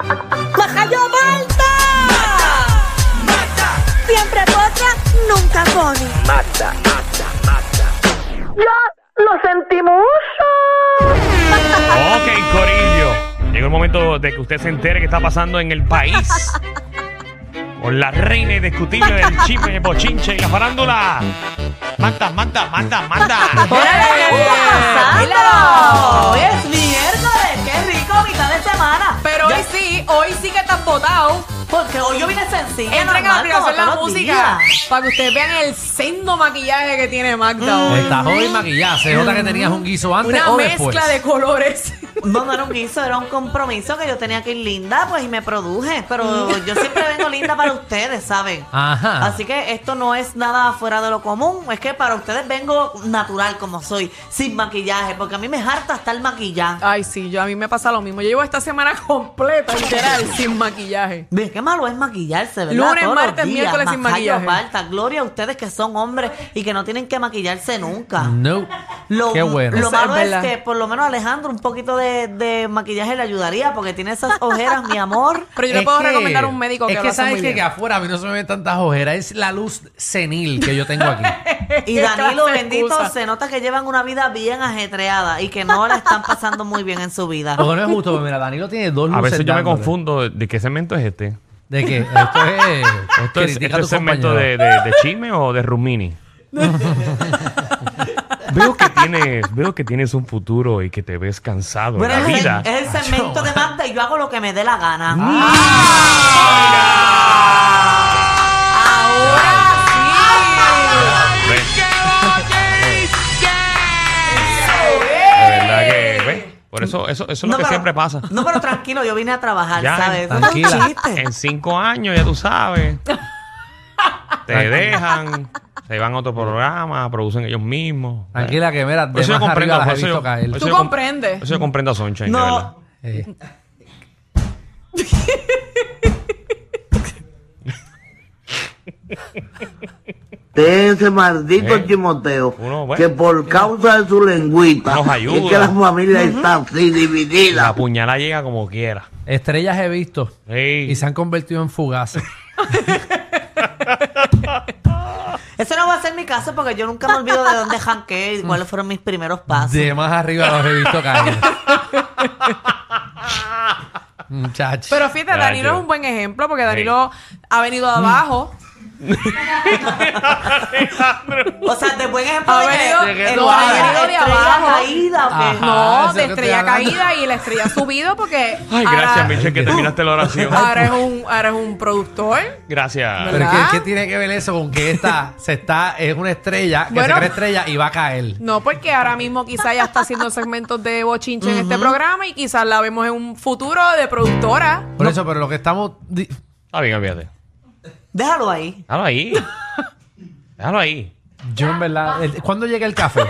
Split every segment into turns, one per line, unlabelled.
¡Majayo Malta! ¡Mata! ¡Mata! Siempre potra, nunca pone.
Mata, mata, mata.
¡Ya lo sentimos!
Ok, Corillo. Llegó el momento de que usted se entere qué está pasando en el país. Con la reina indiscutible del chisme, bochinche y la farándula. Manda, manda, manda, manda.
pasando?
Hoy es miércoles, qué rico, mitad de semana.
Pero
Ya-
hoy sí, hoy sí que están votados.
Porque hoy yo vine sencilla.
Entren a la
normal,
aplicación La
como todos los
Música
días.
para que ustedes vean el sendo maquillaje que tiene Magda hoy.
Estás hoy maquillada. Se nota que tenías un guiso antes
Una
o después.
mezcla de colores.
No, no era un guiso, era un compromiso que yo tenía que ir linda, pues, y me produje. Pero yo siempre vengo linda para ustedes, ¿saben?
Ajá.
Así que esto no es nada fuera de lo común. Es que para ustedes vengo natural como soy, sin maquillaje, porque a mí me harta estar maquillada.
Ay, sí, yo a mí me pasa lo mismo. Yo llevo esta semana completa, literal, sin maquillaje.
Ve, Qué malo es maquillarse, ¿verdad?
Lunes,
los
martes,
días,
miércoles sin
majayo,
maquillaje.
falta. Gloria a ustedes que son hombres y que no tienen que maquillarse nunca.
No.
Lo,
Qué bueno.
lo
Eso es
malo es,
verdad.
que por lo menos Alejandro un poquito de, de maquillaje le ayudaría porque tiene esas ojeras, mi amor.
Pero yo le
Es
puedo
que-
recomendar a un médico que
Es
lo
que
hace
sabes
muy
que, que
bien.
afuera a mí no se me ven tantas ojeras. Es la luz senil que yo tengo aquí.
Y
Qué
Danilo,
clase de
bendito,
excusa.
se nota que llevan una vida bien ajetreada y que no la están pasando muy bien en su vida.
Porque no es justo, porque mira, Danilo tiene dos luces.
A veces yo me
dándole.
confundo de qué segmento es este.
¿De qué? Esto es.
¿Esto es,
critica
esto
a
es
tus
segmento de,
compañeros.
de, de chisme o de Rumini? veo que tienes, veo que tienes un futuro y que te ves cansado
Bueno,
de la
es, el,
vida.
es el segmento de Magda y yo hago lo que me dé la gana. Ah.
¡Ahora
Ve. De verdad que, ve, Por eso, eso, eso es lo que
pero-
siempre pasa.
No, pero tranquilo, yo vine a trabajar,
Ya,
¿sabes? Eso
tranquila.
No es un chiste.
En cinco años, ya tú sabes. te dejan, se van a otro programa, producen ellos mismos.
Tranquila, que mira,
Por
de
eso yo
más
comprendo,
arriba las
por
he
eso
visto
yo-
caer.
por eso
Tú
yo comp-
comprendes.
por Eso yo comprendo a Sunshine, de verdad.
No,
Eh,
de ese maldito
Eh.
Timoteo,
Uno, bueno.
que por causa de su lengüita,
Nos ayuda.
es que la familia está así dividida.
La puñalada llega como quiera.
estrellas he visto
Ey.
y se han convertido en fugaces.
ese no va a ser mi caso porque yo nunca me olvido de dónde janqué y cuáles fueron mis primeros pasos.
De más arriba los he visto caer. Muchachos.
Pero fíjate,
Gracias.
Danilo es un buen ejemplo porque Danilo ha venido de abajo.
O sea, de buen ejemplo
Ha
de
venido-
que el-
no, ha venido de
estrella
abajo.
caída, ¿o qué?
Ajá.
No,
eso
de
es lo que
estrella
estoy hablando.
caída y la estrella ha subido porque.
Ay,
ahora-
gracias, Michelle, que terminaste la oración.
Ahora es un, ahora es un productor.
Gracias.
Pero
¿verdad?
¿qué, ¿qué tiene que ver eso con que esta se está, es una estrella, que
Bueno.
se cree estrella y va a caer?
No, porque ahora mismo quizás ya está haciendo segmentos de bochinche en este programa y quizás la vemos en un futuro de productora.
Por eso, pero lo que estamos... di-
Está bien, olvídate.
Déjalo ahí.
Déjalo ahí. Déjalo ahí.
Yo en verdad... el- ¿Cuándo llega el café?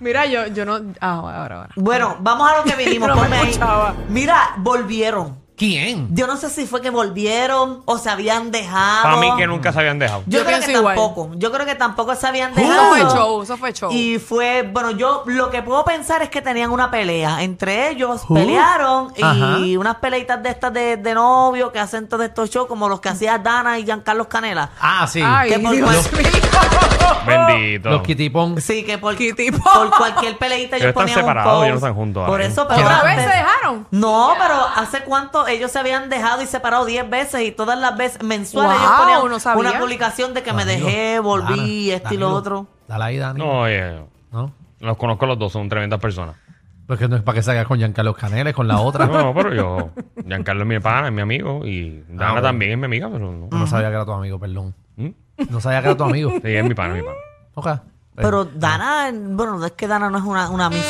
Mira, yo, yo no. Ah, ahora, ahora.
Bueno, vamos a lo que vinimos.
No me
ponme ahí.
escuchaba.
Mira, volvieron.
¿Quién?
Yo no sé si fue que volvieron o se habían dejado.
Para mí que nunca se habían dejado.
Yo
Yo, creo
pienso
que
igual.
tampoco. Yo creo que tampoco se habían
Eso
dejado.
fue show, eso fue show.
Uh. Y fue, bueno, yo lo que puedo pensar es que tenían una pelea. Entre ellos pelearon y
Ajá.
unas peleitas de estas de, de novio que hacen todos estos shows, como los que hacía Dana y Giancarlos Canela.
Ah, sí.
Ay,
que por-
Dios
los-
mío.
Bendito.
Los kitipón.
Sí, que por,
¿Qué tipo?
por cualquier peleita
Pero
ellos
están
ponían un
separados,
post.
ellos no están juntos ahora
Por
mismo.
eso, pero
¿Otra
antes-
vez se dejaron?
No, pero ¿hace cuánto ellos se habían dejado y separado 10 veces y todas las veces mensuales ellos
Wow,
ponían
no sabía.
una publicación de que me
Danilo,
dejé, volví,
Dana,
esto
este
y lo
Danilo.
otro?
Dale ahí, Dani. No.
No, oye, los conozco los dos, son tremendas personas.
Porque no es para que salgas con Giancarlo Caneles, con la otra.
No, no, pero yo, Giancarlo es mi pana, es mi amigo y Dana
Ah,
bueno.
también es mi amiga, pero no.
No sabía que era tu amigo, perdón.
¿Mm?
No sabía que era tu amigo.
Sí, es mi pana, es mi pana.
Ok.
Pero Dana, bueno, es que Dana no es una, una Miss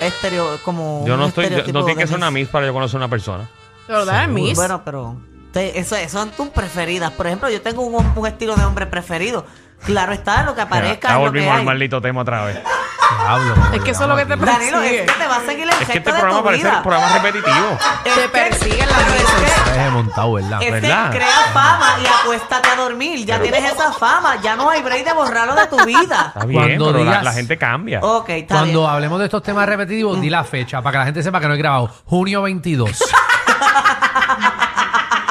estereo, como
Yo no
un
estoy, yo-
estereotipo
no tiene
de
que ser una
Miss.
miss para yo conocer a una persona.
Pero dale, Miss.
Bueno, pero te- eso, eso son tus preferidas. Por ejemplo, yo tengo un, un estilo de hombre preferido. Claro está, lo que
Ya,
aparezca.
ya
es lo que
volvimos al
hay.
maldito tema otra vez.
Diablo,
Es que eso es lo que te
Danilo, es
persigue.
que te va a seguir el
Es que
resto
este
de
programa
tu
parece
vida. Este
un programa repetitivo.
Es
Te
que-
persiguen las
pero es
redes
que-
Te montado, ¿verdad?
Es que
Ah, ¿Verdad?
este crea fama y acuéstate a dormir. Ya tienes esa fama. Ya no hay break de borrarlo de tu vida.
Está bien,
Cuando
pero la,
digas-
la gente cambia.
Ok, está
Cuando
bien.
hablemos de estos temas repetitivos, di la fecha para que la gente sepa que no he grabado. Junio 22.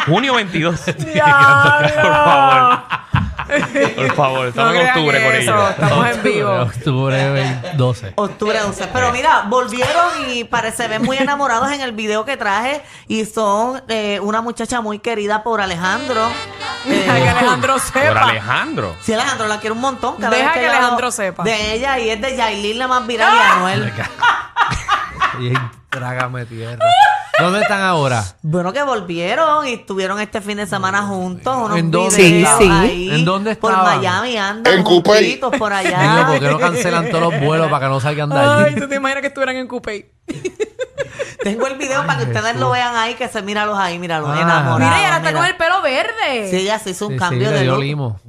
Junio 22.
Diablo.
por favor. Por favor, estamos
No
en
crean
octubre,
eso,
Corillo.
Estamos en
Octubre,
vivo.
Octubre 20 12.
Octubre 11. Pero mira, volvieron y parece se ven muy enamorados en el video que traje. Y son eh, una muchacha muy querida por Alejandro. Eh,
Deja que Alejandro
Por
sepa.
Alejandro.
Sí, Alejandro, la quiero un montón. Cada
Deja
vez
que
yo hablo
Alejandro sepa.
De ella y es de Yailin la más viral
¡Ah!
y Anuel.
Y trágame tierra. ¿Dónde están ahora?
Bueno, que volvieron y estuvieron este fin de semana juntos. Unos
¿En dónde?
videos
Sí, sí.
ahí
¿En dónde
Por
estaban?
Miami andan.
En Coupé.
juntitos Por
Digo, ¿por
allá.
qué no cancelan todos los vuelos para que no salgan de
Ay,
allí?
tú te imaginas que estuvieran en Coupé.
Tengo el video para que ustedes lo vean ahí, que se míralos ahí, míralos,
Ah.
enamorados.
Mira, y ahora está
mira.
con el pelo verde.
Sí, ella se hizo un
Sí,
cambio
sí, le
de
dio
look.
limo.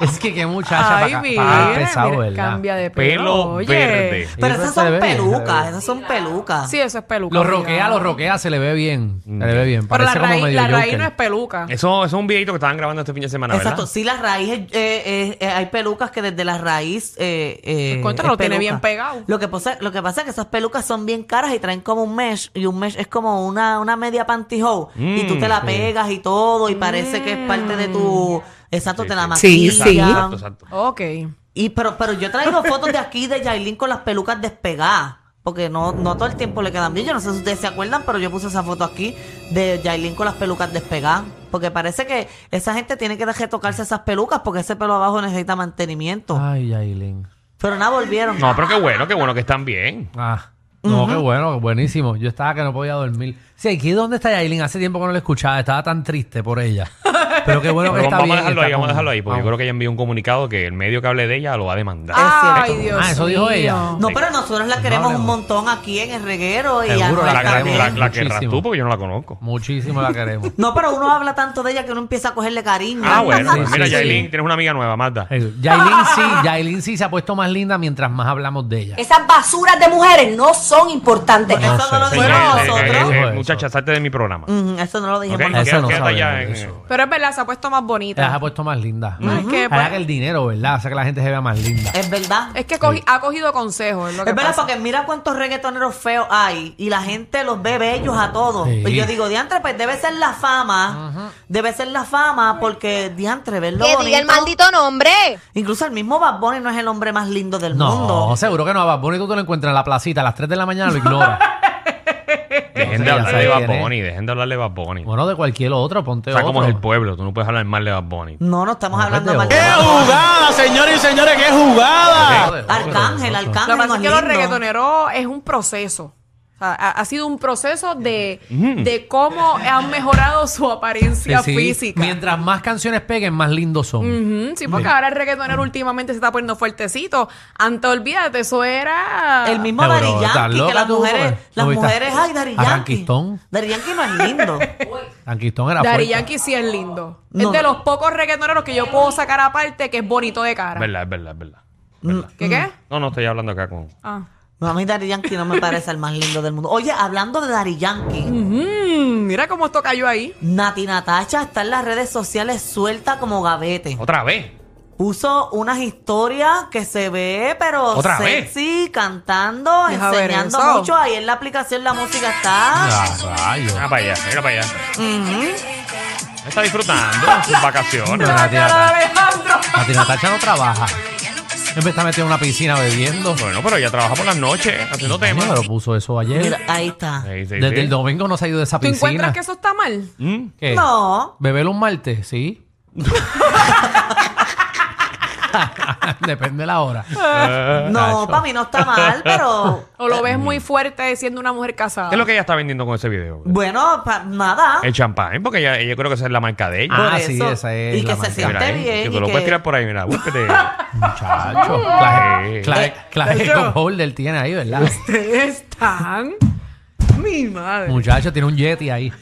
es que qué muchacha
Ay,
para,
mira,
para Ah, pesado,
mira,
¿verdad?
cambia de pelo.
Pelo
oye.
verde.
Pero
Sí,
esas
pero se
son
ve bien, se ve
pelucas,
bien.
esas son pelucas.
Sí, eso es peluca.
Lo
obligado.
roquea, lo roquea, se le ve bien. Se le ve bien.
Pero la
Parece como
raíz,
medio
la raíz
Joker.
no es peluca.
Eso, eso es un videito que estaban grabando este fin de semana, ¿verdad?
Exacto, sí, las raíces, eh, eh, eh, hay pelucas que desde la raíz... Eh, eh,
El contra
es
lo tiene
peluca.
bien pegado.
Lo que, pasa, lo que pasa es que esas pelucas son bien caras y traen como un mesh, y un mesh es como una, una media pantyhose, y
Mm,
tú te la pegas y todo, y parece que es parte de tu...
Mm.
Exacto, te la
Sí,
maquillan.
sí.
Exacto, exacto.
Ok.
Y pero, pero yo he traído fotos de aquí de Yailin con las pelucas despegadas. Porque no, no todo el tiempo le quedan bien. Yo no sé si ustedes se acuerdan, pero yo puse esa foto aquí de Yailin con las pelucas despegadas. Porque parece que esa gente tiene que dejar de tocarse esas pelucas porque ese pelo abajo necesita mantenimiento.
Ay, Yailin.
Pero nada, volvieron.
No, pero qué bueno, qué bueno que están bien.
Ah. No, qué bueno, buenísimo. Yo estaba que no podía dormir. Sí, aquí dónde está Yailin. Hace tiempo que no la escuchaba. Estaba tan triste por ella. Pero qué bueno que
Pero
está
vamos
bien.
a dejarlo
está
ahí, vamos a
con-
dejarlo ahí, porque yo
vamos.
creo que ella envió un comunicado que el medio que hable de ella lo va a demandar.
Ay, Dios
Ah, eso
mío.
dijo ella.
No, pero nosotros la queremos un
hablemos.
montón aquí en el reguero y
Seguro,
Anuel
la,
también.
la, la, la querrás
Muchísimo.
tú porque yo no la conozco.
Muchísimo la queremos.
No, pero uno habla tanto de ella que uno empieza a cogerle cariño.
Ah, bueno.
Sí,
pues
sí,
mira,
sí.
Yailin, tienes una amiga nueva, Marta.
Eh, Yailin sí, Yailin sí se ha puesto más linda mientras más hablamos de ella.
Esas basuras de mujeres no son importantes.
Eso no lo
sé.
dijimos
Sí,
nosotros.
sí, sí.
eh, muchacha, salte de mi programa.
Ujú, Eso no lo dijimos
¿Ok?
nosotros.
Eso no
Quédate
sabemos,
allá en-
eso.
Pero es verdad, se ha puesto más
Te las ha
bonita.
puesto más linda.
No, es que,
Ahora
pues-
que el dinero, ¿verdad? Hace que la gente se vea más linda.
Es verdad.
Es que cogi- ha cogido consejos. Es, lo que
Es verdad,
pasa.
porque mira cuántos reggaetoneros feos hay y la gente los ve bellos a todos.
Sí.
Y yo digo, diantre, pues debe ser la fama, debe ser la fama, porque diantre, verlo
Que
bonito.
diga el maldito nombre.
Incluso el mismo Bad Bunny no es el hombre más lindo del
No,
mundo.
seguro que no. A Bad Bunny tú te lo encuentras en la placita a las 3 de la mañana, lo ignora.
Dejen
Sí,
de
ya
hablar
sabe
de Bad
quién es.
Bunny, dejen de hablar de Bad Bunny.
Bueno, de cualquier otro, ponte
O sea,
otro.
como es el pueblo, tú no puedes hablar mal de Bad Bunny.
No, no estamos
No,
hablando
es de
mal.
oro. ¡Qué
jugada, señores y señores! ¡Qué jugada!
Joder, joder,
Arcángel,
joder.
Arcángel
Lo que
no
pasa
es
es que los
lindo.
reggaetoneros es un proceso. O sea, ha, ha sido un proceso de, de cómo han mejorado su
Mm. Sí,
apariencia
sí.
física.
Mientras más canciones peguen, más lindos son.
Ujú, sí, porque ahora el reggaetonero últimamente se está poniendo fuertecito. Antes, olvídate, eso era...
El mismo
Ah, Pero,
Dari
¿estás
Yankee, que
loca
las
tú,
mujeres,
hombre?
las
¿No viste a-
mujeres, ay, Dari
a
Yankee.
Rankistón?
Dari Yankee no es lindo.
Anquistón era
Daddy
fuerte.
Yankee sí es lindo.
No.
Es de los pocos reggaetoneros que yo puedo sacar aparte que es bonito de cara.
Es verdad, es verdad, es verdad. verdad.
¿Qué qué?
No, no, estoy hablando acá con...
Ah.
No, a mí Dari Yankee no me parece el más lindo del mundo. Oye, hablando de Dari Yankee.
Mm, mira cómo esto cayó ahí.
Nati Natacha está en las redes sociales suelta como gavete.
¿Otra vez?
Puso unas historias que se ve, pero
¿Otra
sexy, cantando,
Deja ver
enseñando
eso.
mucho. Ahí en la aplicación la música está.
Ah, rayos.
Mira para allá, mira para allá. Está disfrutando sus vacaciones.
Pero la tía-
Sácala, Alejandro!
La tía Natacha no trabaja. Siempre está metida en una piscina bebiendo.
Bueno, pero ella trabaja por las noches haciendo temas.
Pero puso eso ayer.
Mira, ahí está.
Sí, sí,
Desde
sí.
el domingo no se ha ido de esa
¿Tú
piscina.
encuentras que eso está mal?
Mm.
¿Qué?
No.
¿Beber un martes? Sí. Depende de la hora. Eh,
No, para mí no está mal, pero
¿O lo ves muy fuerte siendo una mujer casada?
¿Qué es lo que ella está vendiendo con ese video?
Ah. bueno, pa- nada.
El champán, porque ella, ella creo que esa es la marca de ella.
Por
Ah, sí, esa es
Y
la
que se
marca.
siente
Mira, ahí,
bien.
que
y
te lo
que-
puedes tirar por ahí, mira, búsquete.
Muchacho.
Eh.
Clave, clave, clave cup holder tiene ahí, ¿verdad?
Ustedes están Mi madre.
Muchacho, tiene un Yeti ahí.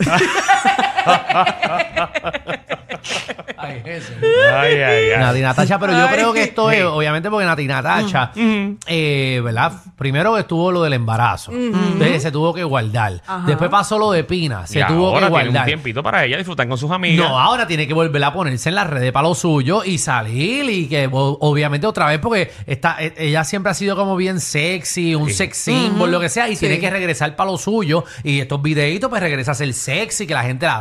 Ay, ese.
Ay, ay, ay.
Nati Natacha, pero yo
Ay. Mm,
creo que esto es,
Sí.
obviamente, porque Nati Natacha, eh, ¿verdad? Primero estuvo lo del embarazo, entonces se tuvo que guardar.
Mm, Ajá.
Después pasó lo de Pina, se
Y
tuvo
ahora
que
tiene un
guardar.
tiempito para ella disfrutar con sus amigas.
No, ah. ahora tiene que volver a ponerse en las redes para lo suyo y salir y que o- obviamente otra vez porque está, e- ella siempre ha sido como bien sexy, un
Sí.
sex symbol, lo que sea, y tiene
Sí.
que regresar para lo suyo y estos videitos pues regresa a ser sexy, que la gente la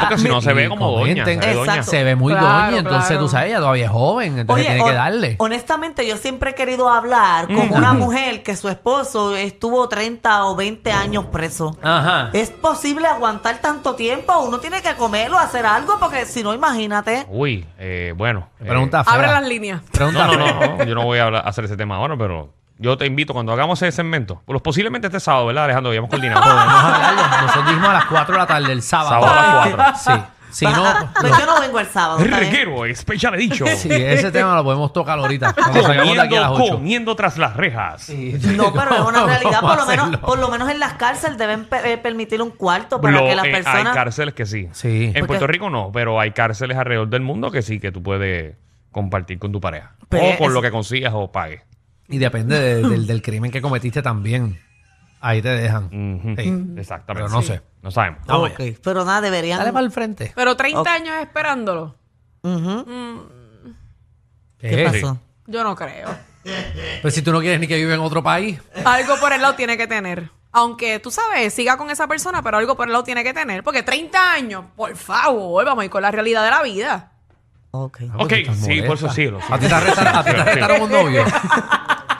Sí, porque si no se
Y
ve como doña,
comenten.
se ve
doña.
Se ve muy
Claro,
doña, entonces
claro.
tú sabes, ella todavía es joven, entonces tiene que
hon-
darle. Mm.
honestamente, yo siempre he querido hablar con una mujer que su esposo estuvo 30 o 20 años preso.
Ajá.
¿Es posible aguantar tanto tiempo? Uno tiene que comerlo, hacer algo, porque si no, imagínate.
Uy, eh, bueno. eh,
Pregunta fea.
Abre las líneas.
Pregunta
No, no,
fea.
no, no, Yo no voy a hablar- hacer ese tema ahora, pero yo te invito cuando hagamos ese segmento. Pues posiblemente este sábado, ¿verdad, Alejandro? Habíamos coordinado.
Vamos a hablarlo. Nosotros dijimos a las 4 de la tarde, el sábado.
Sábado a las
Sí. Si no,
Pero
pues,
yo no vengo el sábado. ¿está bien?
Reguero, especial he dicho.
Sí, ese tema lo podemos tocar ahorita. Cuando salgamos de aquí a las
Comiendo,
8.
comiendo tras las rejas.
No, pero es una realidad. Por lo, menos, por
menos.
lo menos en las cárceles deben pe- eh, permitir un cuarto para
Lo-
que las
eh, Hay
personas.
cárceles que sí.
Sí.
En
Porque-
Puerto Rico no, pero hay cárceles alrededor del mundo que sí, que tú puedes compartir con tu pareja.
Pero
o con
es-
lo que consigas o pagues.
Y depende de- del, del crimen que cometiste también. Ahí te dejan.
Ujú.
Mm.
Sí.
Exactamente.
Pero no
Sí.
sé.
No sabemos.
Vamos
Ok,
allá.
Pero nada, deberían.
Dale para el frente.
Pero 30
Ok.
años esperándolo.
¿Qué
Eh,
pasó?
Yo no creo.
Pero si tú no quieres ni que viva en otro país. Ah,
Algo por el lado tiene que tener. Aunque tú sabes, siga con esa persona, pero algo por el lado tiene que tener. Porque 30 años, por favor, vamos a ir con la realidad de la vida.
Ok.
Ah,
Ok,
porque tú estás
sí, por eso
molesta.
sí, lo sé.
A ti te arrestaron, a ti te
Sí,
arrestaron un novio.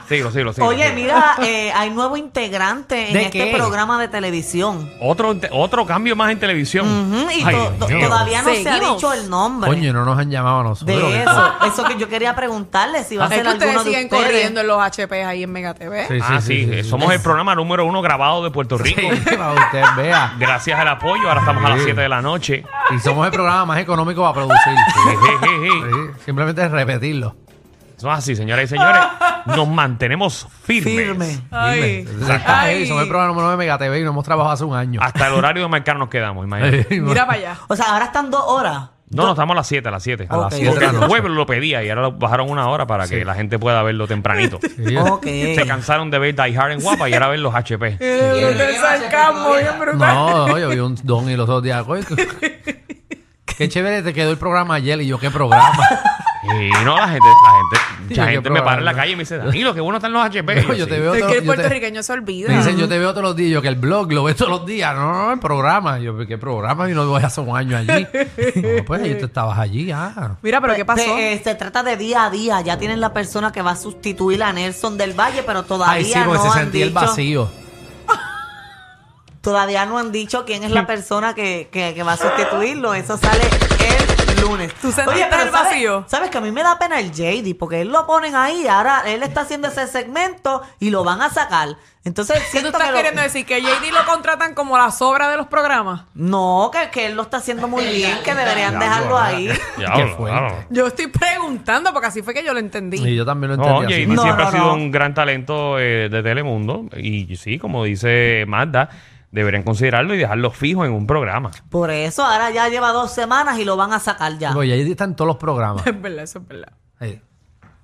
Sí, lo sí, lo sí. lo
Oye,
sí.
mira, eh, hay nuevo integrante en
¿De
este
qué?
programa de televisión.
Otro, otro cambio más en televisión.
Ujú, y
Ay,
to-
Dios
to-
mío.
todavía no se ha
Seguimos.
dicho el nombre
Coño, no nos han llamado a nosotros.
de eso. Eso que yo quería preguntarle si va a
Es
ser
que ustedes
alguno de
siguen
ustedes.
corriendo en los HP ahí en Mega TV.
Sí, sí,
ah, sí,
sí, sí,
eh,
sí.
somos el programa número uno grabado de Puerto Rico.
Sí, para que usted vea.
Gracias al apoyo, ahora estamos a las
Sí.
7 de la noche.
Y somos el programa más económico a producir.
Je, je, je, je.
Sí, Simplemente es repetirlo.
Eso es así, señoras y señores. Nos mantenemos firmes.
Firme.
Ay.
Dime. Está
Ay.
heavy, Somos el programa número 9 de Mega TV y no hemos trabajado hace un año.
Ah,
Hasta el horario de marcar nos quedamos, imagínate.
Mira para allá.
O sea, ahora están dos horas.
No, no, estamos a las 7, a las 7.
A las
Ok.
7 de
Porque
la
el
noche.
pueblo lo pedía y ahora lo bajaron una hora para que la gente pueda verlo tempranito.
Sí.
Ok.
Se cansaron de ver Die Hard en guapa y ahora ver los HP.
Te sacamos bien brutal.
No, no, yo vi un don y los dos días. "Oye, qué- Qué chévere te quedó el programa ayer y yo qué programa.
Y no, la gente, la gente,
Sí, hay
mucha
que
gente me para en la
probarlo.
calle y me dice, Danilo, qué bueno están los HP.
Yo,
Y yo,
te
sí.
veo
Es
todos-
que el
yo te-
puertorriqueño se olvida.
Me dicen, yo te veo todos los días, yo que el blog lo veo todos los días. No, no, no, el programa. Yo, ¿qué programa? Yo no voy hace un año allí. No, pues ahí tú estabas allí, ah.
Mira, pero ¿qué pasó?
Se, eh, se trata de día a día. Ya tienen la persona que va a sustituir a Nelson del Valle, pero todavía
Ay, sí, porque
no
se
han
sentía el
dicho-
vacío.
Todavía no han dicho quién es la persona que, que- que va a sustituirlo. Eso sale el lunes.
¿Tú sentiste el
¿sabes-
vacío?
¿Sabes que a mí me da pena el JD? Porque él lo ponen ahí. Ahora él está haciendo ese segmento y lo van a sacar. Entonces,
¿Qué tú
siento
estás
que lo-
queriendo decir? ¿Que JD lo contratan como la sobra de los programas?
No, que, que él lo está haciendo muy bien, que deberían dejarlo ahí.
Ya,
Qué
hablo,
fuerte.
hablo.
Yo estoy preguntando porque así fue que yo lo entendí.
Y yo también lo
No,
entendí así.
JD
No,
siempre
no,
ha sido
no.
un gran talento eh, de Telemundo y sí, como dice Magda, deberían considerarlo y dejarlo fijo en un programa.
Por eso ahora ya lleva dos semanas y lo van a sacar ya.
Oye, ahí están todos los programas. Eh,
Es verdad, eso es verdad.
Sí.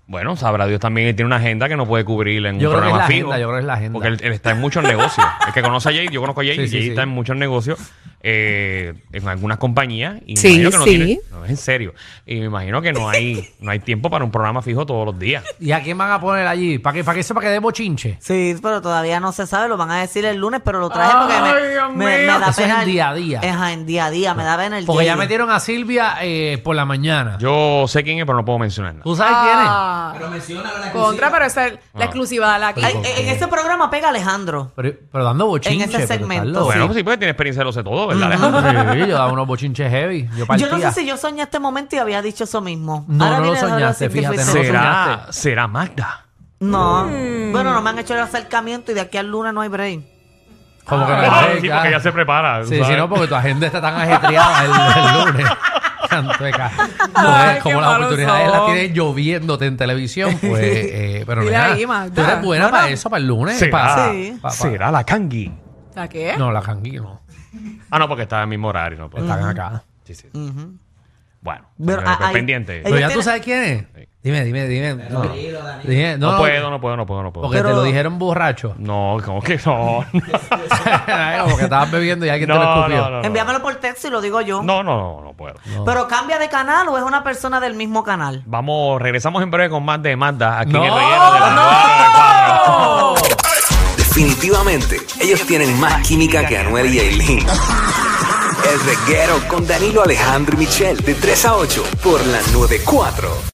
Bueno, sabrá Dios también, él tiene una agenda que no puede cubrir en
Yo
un
creo que es
programa
la
fijo.
agenda, yo creo que es la agenda.
Porque él, él está en muchos negocios. El que conoce a Jay, yo conozco a Jay,
Sí,
y
sí,
Jay
sí.
está en muchos negocios, eh, en algunas compañías. Y me
Sí,
imagino que no
sí.
tiene- no, es en serio. Y me imagino que no hay, no hay tiempo para un programa fijo todos los días.
¿Y a quién van a poner allí? ¿Para que, para que sepa que dé bochinche?
Sí, pero todavía no se sabe, lo van a decir el lunes, pero lo traje porque me-
Ay, Dios
me,
mío.
me da
Eso es
pena.
en
el-
día a día.
Ajá, en día a día, me da pena el
Porque
día
ya
a día.
metieron a Silvia eh, por la mañana.
Yo sé quién es, pero no puedo mencionar nada.
¿Tú sabes
Ah.
pero Contra, pero esa es la
Ah.
exclusiva de la
Ay,
aquí.
en ese programa pega Alejandro.
quién es? Pero, pero dando bochinche.
En ese
pero
segmento.
estás loco.
Bueno,
sí.
pues sí, porque tiene experiencia de lo sé todo, ¿verdad, Alejandro?
Sí, yo daba unos bochinches heavy. Yo partía.
Yo no sé si yo soñé este momento y había dicho eso mismo.
No, no lo
viene a
soñaste,
decir que
fíjate,
fuiste-
no lo
¿Será,
soñaste.
será Magda.
No. Bueno, no me han hecho el acercamiento y de aquí al lunes no hay break.
Como que no
Ah,
sé,
sí,
ya.
porque ella se prepara.
Sí,
¿sabes?
sí, no, pues, porque tu agenda está tan ajetreada el, el lunes. Tanto de ca-
Ay,
Pues, como
qué
las
malos
oportunidades las
son.
tienes lloviéndote en televisión, pues. eh, pero
Dile
nena,
ahí, Magda.
tú eres buena para eso, para el lunes.
¿Será,
Para,
Sí. ¿Eh?
pa- pa-
será la Kangi.
¿La qué?
No, la canguil no.
Ah, no, porque está en el mismo horario. No, pues,
Están acá.
Sí, sí. Bueno,
Pero,
señores,
ah,
pues,
ahí-
pendiente.
Ella
Pero ya tú
tiene-
sabes quién
Sí.
es. Dime, dime, dime. No, Dime,
No,
no, no,
puedo, no puedo, no puedo, no puedo.
Porque te
Pero-
lo dijeron borracho.
No, ¿cómo que no?
Porque estabas bebiendo y alguien te lo
no, no,
escupió.
no, no.
Envíamelo por texto y lo digo yo.
No, no, no, no puedo.
Pero cambia de canal o es una persona del mismo canal.
Vamos, regresamos en breve con más de Magda aquí
No,
en el relleno de la cuatro de cuatro.
Definitivamente, ellos tienen más química que Anuel y Aileen. El reguero con Danilo Alejandro y Michel de 3 a 8 por la 94. 4